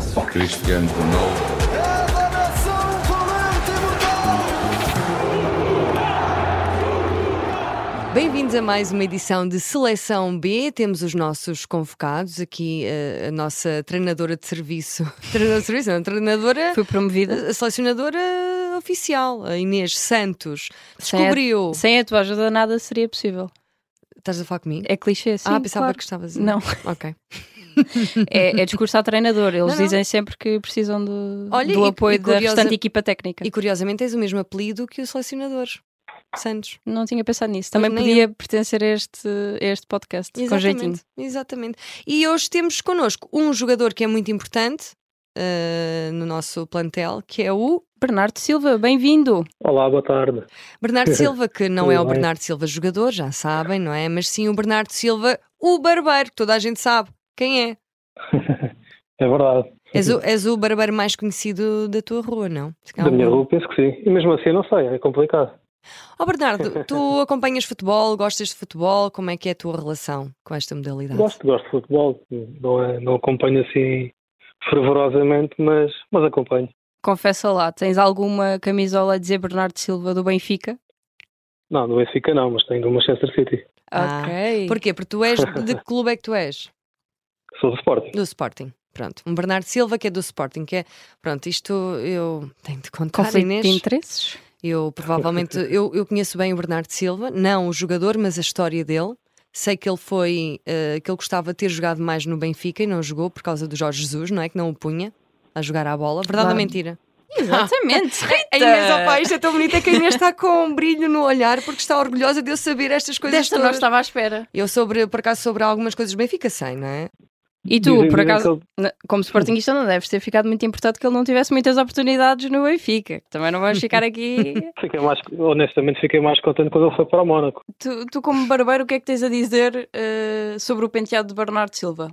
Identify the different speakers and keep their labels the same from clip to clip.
Speaker 1: 13, Cristiano Ronaldo.
Speaker 2: Bem-vindos a mais uma edição de Seleção B. Temos os nossos convocados aqui, eh, a, nossa treinadora de serviço. Treinadora de serviço, não, treinadora.
Speaker 3: Fui promovida.
Speaker 2: a Selecionadora oficial, a Inês Santos.
Speaker 3: Sem
Speaker 2: Descobriu.
Speaker 3: a- Sem a tua ajuda nada seria possível.
Speaker 2: Estás a falar comigo?
Speaker 3: É clichê, sim.
Speaker 2: ah, pensava
Speaker 3: claro.
Speaker 2: que estavas.
Speaker 3: Não,
Speaker 2: Ok.
Speaker 3: é, é discurso ao treinador. Eles
Speaker 2: Não, não.
Speaker 3: dizem sempre que precisam do,
Speaker 2: Olha,
Speaker 3: do
Speaker 2: e-
Speaker 3: apoio
Speaker 2: e
Speaker 3: da
Speaker 2: curiosa-
Speaker 3: restante equipa técnica.
Speaker 2: E curiosamente tens o mesmo apelido que o selecionador, Santos.
Speaker 3: Não tinha pensado nisso. Também
Speaker 2: nem
Speaker 3: podia pertencer a este, a este podcast, com jeitinho.
Speaker 2: Exatamente, exatamente. E hoje temos connosco um jogador que é muito importante eh, no nosso plantel, que é o
Speaker 3: Bernardo Silva, bem-vindo.
Speaker 4: Olá, boa tarde.
Speaker 2: Bernardo Silva, que não é o
Speaker 4: Tudo bem.
Speaker 2: Bernardo Silva jogador, já sabem, não é? Mas sim o Bernardo Silva, o barbeiro, que toda a gente sabe quem é.
Speaker 4: É verdade.
Speaker 2: És o, és o barbeiro mais conhecido da tua rua, não? Se calhar um-
Speaker 4: Da minha
Speaker 2: não.
Speaker 4: rua, penso que sim. E mesmo assim, não sei, é complicado.
Speaker 2: Ó Oh, Bernardo, tu acompanhas futebol, gostas de futebol, como é que é a tua relação com esta modalidade?
Speaker 4: Gosto, gosto de futebol. Não, é- não acompanho assim fervorosamente, mas, mas acompanho.
Speaker 3: Confessa lá, tens alguma camisola a dizer Bernardo Silva do Benfica?
Speaker 4: Não, do Benfica não, mas tenho do Manchester City.
Speaker 2: Ah,
Speaker 3: ok.
Speaker 2: Porquê? Porque tu és de que clube é que tu és?
Speaker 4: Sou do Sporting.
Speaker 2: Do Sporting. Pronto, um Bernardo Silva que é do Sporting, que é, pronto, isto eu tenho de contar,
Speaker 3: Conflito
Speaker 2: Inês.
Speaker 3: de interesses?
Speaker 2: Eu provavelmente eu, eu conheço bem o Bernardo Silva, não o jogador, mas a história dele. Sei que ele foi eh, que ele gostava de ter jogado mais no Benfica e não jogou por causa do Jorge Jesus, não é? Que não o punha a jogar à bola. Verdade ou
Speaker 3: Claro.
Speaker 2: mentira?
Speaker 3: Exatamente.
Speaker 2: A Inês, opa, isto é tão bonito, é que a Inês está com um brilho no olhar porque está orgulhosa de eu saber estas coisas
Speaker 3: Desta não
Speaker 2: todas.
Speaker 3: estava à espera.
Speaker 2: Eu sobre, por acaso, sobre algumas coisas do Benfica sei, não é?
Speaker 3: E tu,
Speaker 4: Dizem-
Speaker 3: por
Speaker 4: dizem
Speaker 3: acaso,
Speaker 4: que
Speaker 3: Na- Como sportinguista não deves ter ficado muito importado que ele não tivesse muitas oportunidades no Benfica. Também não vamos ficar aqui.
Speaker 4: ele- Fiquei mais, honestamente, fiquei mais contente quando ele foi para o Mónaco.
Speaker 3: tu, tu como barbeiro, o que é que tens a dizer eh, sobre o penteado de Bernardo Silva?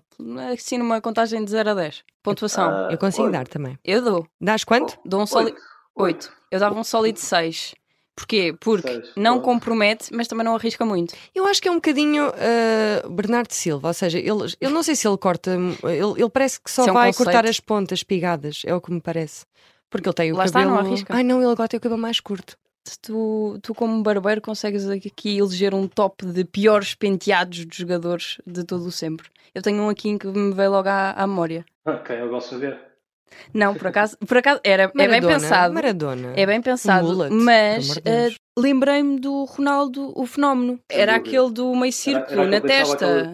Speaker 3: Assim numa contagem de 0 a 10.
Speaker 4: Ah,
Speaker 3: Pontuação.
Speaker 2: Eu consigo dar também.
Speaker 3: Eu dou.
Speaker 2: Dás quanto?
Speaker 3: Dou um sólido 8. Eu dava um sólido 6. Porquê? Porque
Speaker 4: Seis,
Speaker 3: não
Speaker 4: pronto.
Speaker 3: compromete, mas também não arrisca muito.
Speaker 2: Eu acho que é um bocadinho ah, Bernardo Silva, ou seja, ele, eu não sei se ele corta, ele, ele parece que só
Speaker 3: Isso é um
Speaker 2: vai
Speaker 3: conceito.
Speaker 2: cortar as pontas pigadas, é o que me parece. Porque ele tem o
Speaker 3: Lá está,
Speaker 2: cabelo.
Speaker 3: não arrisca.
Speaker 2: Ai não, ele agora tem o cabelo mais curto.
Speaker 3: Tu, tu como barbeiro, consegues aqui eleger um top de piores penteados de jogadores de todo o sempre. Eu tenho um aqui em que me veio logo à- à memória.
Speaker 4: Ok, eu gosto de ver.
Speaker 3: Não, por acaso, por acaso era, é bem
Speaker 2: Maradona,
Speaker 3: pensado.
Speaker 2: Maradona. Um
Speaker 3: É bem pensado,
Speaker 2: Mullet,
Speaker 3: mas
Speaker 2: pelo amor de
Speaker 3: eh,
Speaker 2: Deus.
Speaker 3: lembrei-me do Ronaldo, o fenómeno. Era aquele do meio círculo na testa.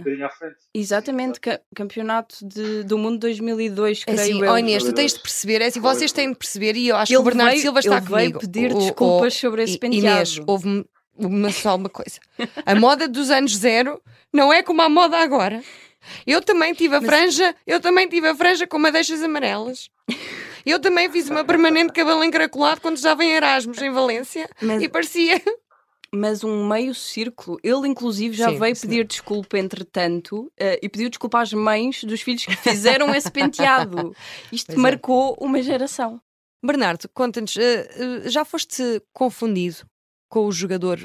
Speaker 3: Exatamente, ca- campeonato de- do mundo 2002,
Speaker 2: É
Speaker 3: creio
Speaker 2: assim,
Speaker 3: eu.
Speaker 2: ó Inês, tu tens de perceber, é assim, vocês têm de perceber, e eu acho
Speaker 3: Ele
Speaker 2: que o Bernardo
Speaker 3: veio-
Speaker 2: Silva está
Speaker 3: ele veio
Speaker 2: comigo.
Speaker 3: pedir
Speaker 2: O- o-
Speaker 3: desculpas sobre esse
Speaker 2: I-
Speaker 3: penteado.
Speaker 2: Inês, houve-me uma, só uma coisa. A moda dos anos zero não é como a moda agora. Eu também tive a franja, eu também tive a franja com madeixas amarelas. Eu também fiz uma permanente cabelo encaracolado quando estava em Erasmus, em Valência,
Speaker 3: Mas-
Speaker 2: e parecia.
Speaker 3: Mas um meio círculo. Ele, inclusive, já
Speaker 2: Sim,
Speaker 3: veio
Speaker 2: sim.
Speaker 3: pedir desculpa, entretanto, eh, e pediu desculpa às mães dos filhos que fizeram esse penteado. Isto
Speaker 2: Pois é.
Speaker 3: marcou uma geração.
Speaker 2: Bernardo, conta-nos, eh, eh, já foste confundido com o jogador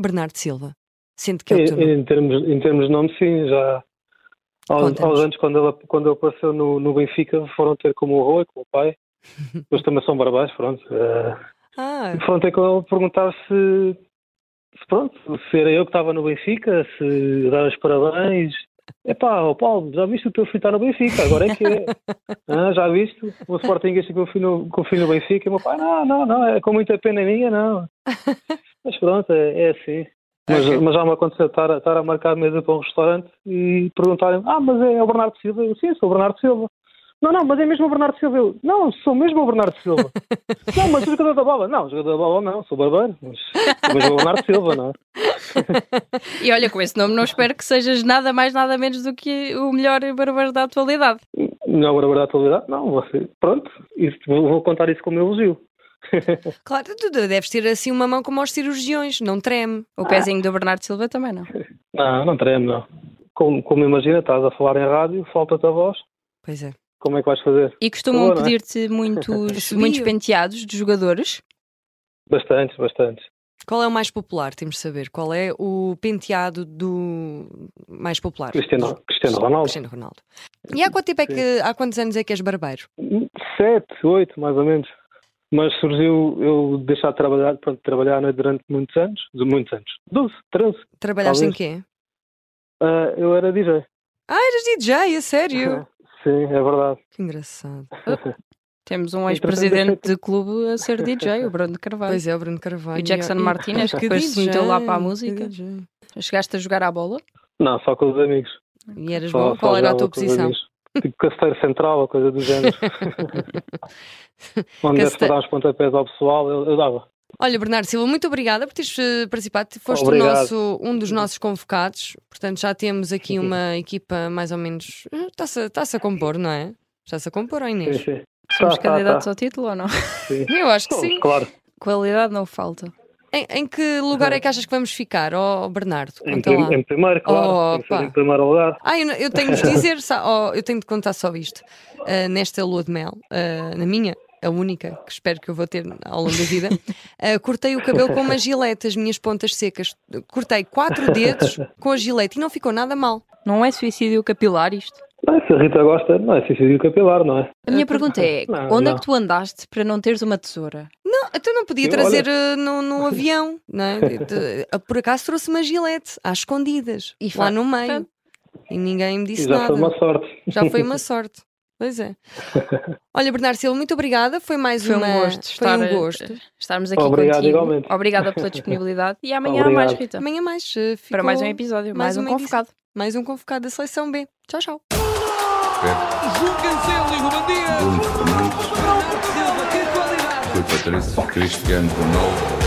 Speaker 2: Bernardo Silva? Sendo que é o teu nome.
Speaker 4: Em, em termos, em termos de nome, sim, já. Aos,
Speaker 2: Conta-nos.
Speaker 4: aos anos, quando ele, quando ele apareceu no, no Benfica, foram ter como o Rui, com o pai. Eles também são barbais, pronto. eh,
Speaker 2: Ah,
Speaker 4: Pronto, é que eu perguntava se, se pronto, se era eu que estava no Benfica, se dar os parabéns. Epá, ó Paulo, já viste o teu filho está no Benfica, agora é que é. Ah, já viste? O Sportingista que eu fui no, que eu fui no Benfica e o meu pai, não, não, não, é com muita pena minha, não. Mas pronto, é, é assim. Mas, mas já me aconteceu estar, a- estar a marcar mesa para um restaurante e perguntarem ah, mas é o Bernardo Silva? Eu, sim, sou o Bernardo Silva. Não, não, mas é mesmo o Bernardo Silva. Eu, não, sou mesmo o Bernardo Silva. não, mas jogador da bola. Não, jogador da bola não, sou barbeiro. Mas sou mesmo o Bernardo Silva, não é?
Speaker 3: E olha, com esse nome não espero que sejas nada mais, nada menos do que o melhor barbeiro da atualidade.
Speaker 4: Não é o barbeiro da atualidade? Não, você, pronto. Isso, vou, vou contar isso como elogio.
Speaker 2: Claro, tu deves ter assim uma mão como aos cirurgiões, não treme.
Speaker 3: O pezinho do Bernardo Silva também não.
Speaker 4: Não, não tremo, não. Como, como imagina, estás a falar em rádio, falta-te a voz.
Speaker 2: Pois é.
Speaker 4: Como é que vais fazer?
Speaker 3: E costumam
Speaker 4: Boa, não é?
Speaker 3: pedir-te muitos,
Speaker 2: Subiu.
Speaker 3: muitos penteados de jogadores.
Speaker 4: Bastantes, bastantes.
Speaker 2: Qual é o mais popular? Temos de saber. Qual é o penteado do mais popular?
Speaker 4: Cristiano, Cristiano Ronaldo.
Speaker 2: Cristiano Ronaldo. E há quanto tempo é que há quantos anos é que és barbeiro?
Speaker 4: Sete, oito, mais ou menos. Mas surgiu eu deixar de trabalhar, pronto, trabalhar né, durante muitos anos, de muitos anos, 12, 13.
Speaker 2: Trabalhaste em
Speaker 4: Talvez.
Speaker 2: quê?
Speaker 4: Ah, eu era DJ.
Speaker 2: Ah, eras DJ, a sério?
Speaker 4: Sim, é verdade.
Speaker 2: Que engraçado.
Speaker 3: Temos um ex-presidente de clube a ser DJ, o Bruno Carvalho.
Speaker 2: Pois é, o Bruno Carvalho.
Speaker 3: E o Jackson Martinez, que depois se meteu lá para a música. Chegaste a jogar à bola?
Speaker 4: Não, só com os amigos.
Speaker 2: E eras
Speaker 4: Só-
Speaker 2: bom?
Speaker 4: só
Speaker 2: Qual era a
Speaker 4: jogava
Speaker 2: tua
Speaker 4: com os
Speaker 2: posição?
Speaker 4: amigos. Tipo casteiro central ou coisa do género. Onde deve
Speaker 2: Casteiro.
Speaker 4: dar os pontapés ao pessoal, eu, eu dava.
Speaker 2: Olha, Bernardo Silva, muito obrigada por teres eh, participado. Foste o
Speaker 4: Obrigado.
Speaker 2: nosso- um dos nossos convocados. Portanto, já temos aqui uma equipa mais ou menos. eh, Está-se está-se a compor, não é? Está-se a compor, ó
Speaker 4: Sim,
Speaker 2: Inês?
Speaker 4: sim.
Speaker 3: Somos
Speaker 4: Tá, tá,
Speaker 3: candidatos
Speaker 4: tá.
Speaker 3: ao título ou não?
Speaker 2: Eu acho que
Speaker 4: Somos,
Speaker 2: sim.
Speaker 4: Claro.
Speaker 3: Qualidade não falta.
Speaker 2: Em, em que lugar é que achas que vamos ficar, ó Bernardo?
Speaker 4: Em,
Speaker 2: Conta lá.
Speaker 4: prim- em primeiro, claro. Tem que ser
Speaker 2: Então Oh, Opa.
Speaker 4: em primeiro lugar.
Speaker 2: Ah, eu, não- eu tenho de dizer, sa- ó, eu tenho de contar só isto. Ah, nesta lua de mel, ah, na minha, a única que espero que eu vou ter ao longo da vida, ah, cortei o cabelo com uma gilete, as minhas pontas secas. Cortei quatro dedos com a gilete e não ficou nada mal.
Speaker 3: Não é suicídio capilar isto?
Speaker 4: Não, se a Rita gosta, não é suicídio capilar, não é?
Speaker 3: A minha pergunta é:
Speaker 4: Não,
Speaker 3: onde é
Speaker 4: não.
Speaker 3: que tu andaste para não teres uma tesoura?
Speaker 2: Não, então não podia
Speaker 4: Eu,
Speaker 2: trazer ah, no, no avião, não é? De- de- ah, Por acaso trouxe uma gilete, às escondidas,
Speaker 3: E
Speaker 2: lá
Speaker 3: fa-
Speaker 2: no meio.
Speaker 3: pronto.
Speaker 2: E ninguém me disse
Speaker 4: já
Speaker 2: nada.
Speaker 4: foi uma sorte.
Speaker 2: Já foi uma sorte. Pois é. Olha, Bernardo Silva, muito obrigada. Foi mais
Speaker 3: Foi um
Speaker 2: uma.
Speaker 3: gosto
Speaker 2: Foi
Speaker 3: estar
Speaker 2: um
Speaker 3: a-
Speaker 2: gosto.
Speaker 3: Estarmos aqui
Speaker 4: Obrigado,
Speaker 3: contigo.
Speaker 4: igualmente.
Speaker 3: Obrigada pela disponibilidade. E amanhã há
Speaker 4: Obrigado.
Speaker 3: mais, Rita.
Speaker 2: Amanhã mais. eh,
Speaker 3: Para mais um
Speaker 2: ficou
Speaker 3: episódio,
Speaker 2: mais
Speaker 3: mais,
Speaker 2: uma
Speaker 3: um
Speaker 2: edição.
Speaker 3: convocado.
Speaker 2: mais um convocado da seleção B. Tchau, tchau.
Speaker 1: Bruno Fernandes, Rui Patrício, Cristiano Ronaldo.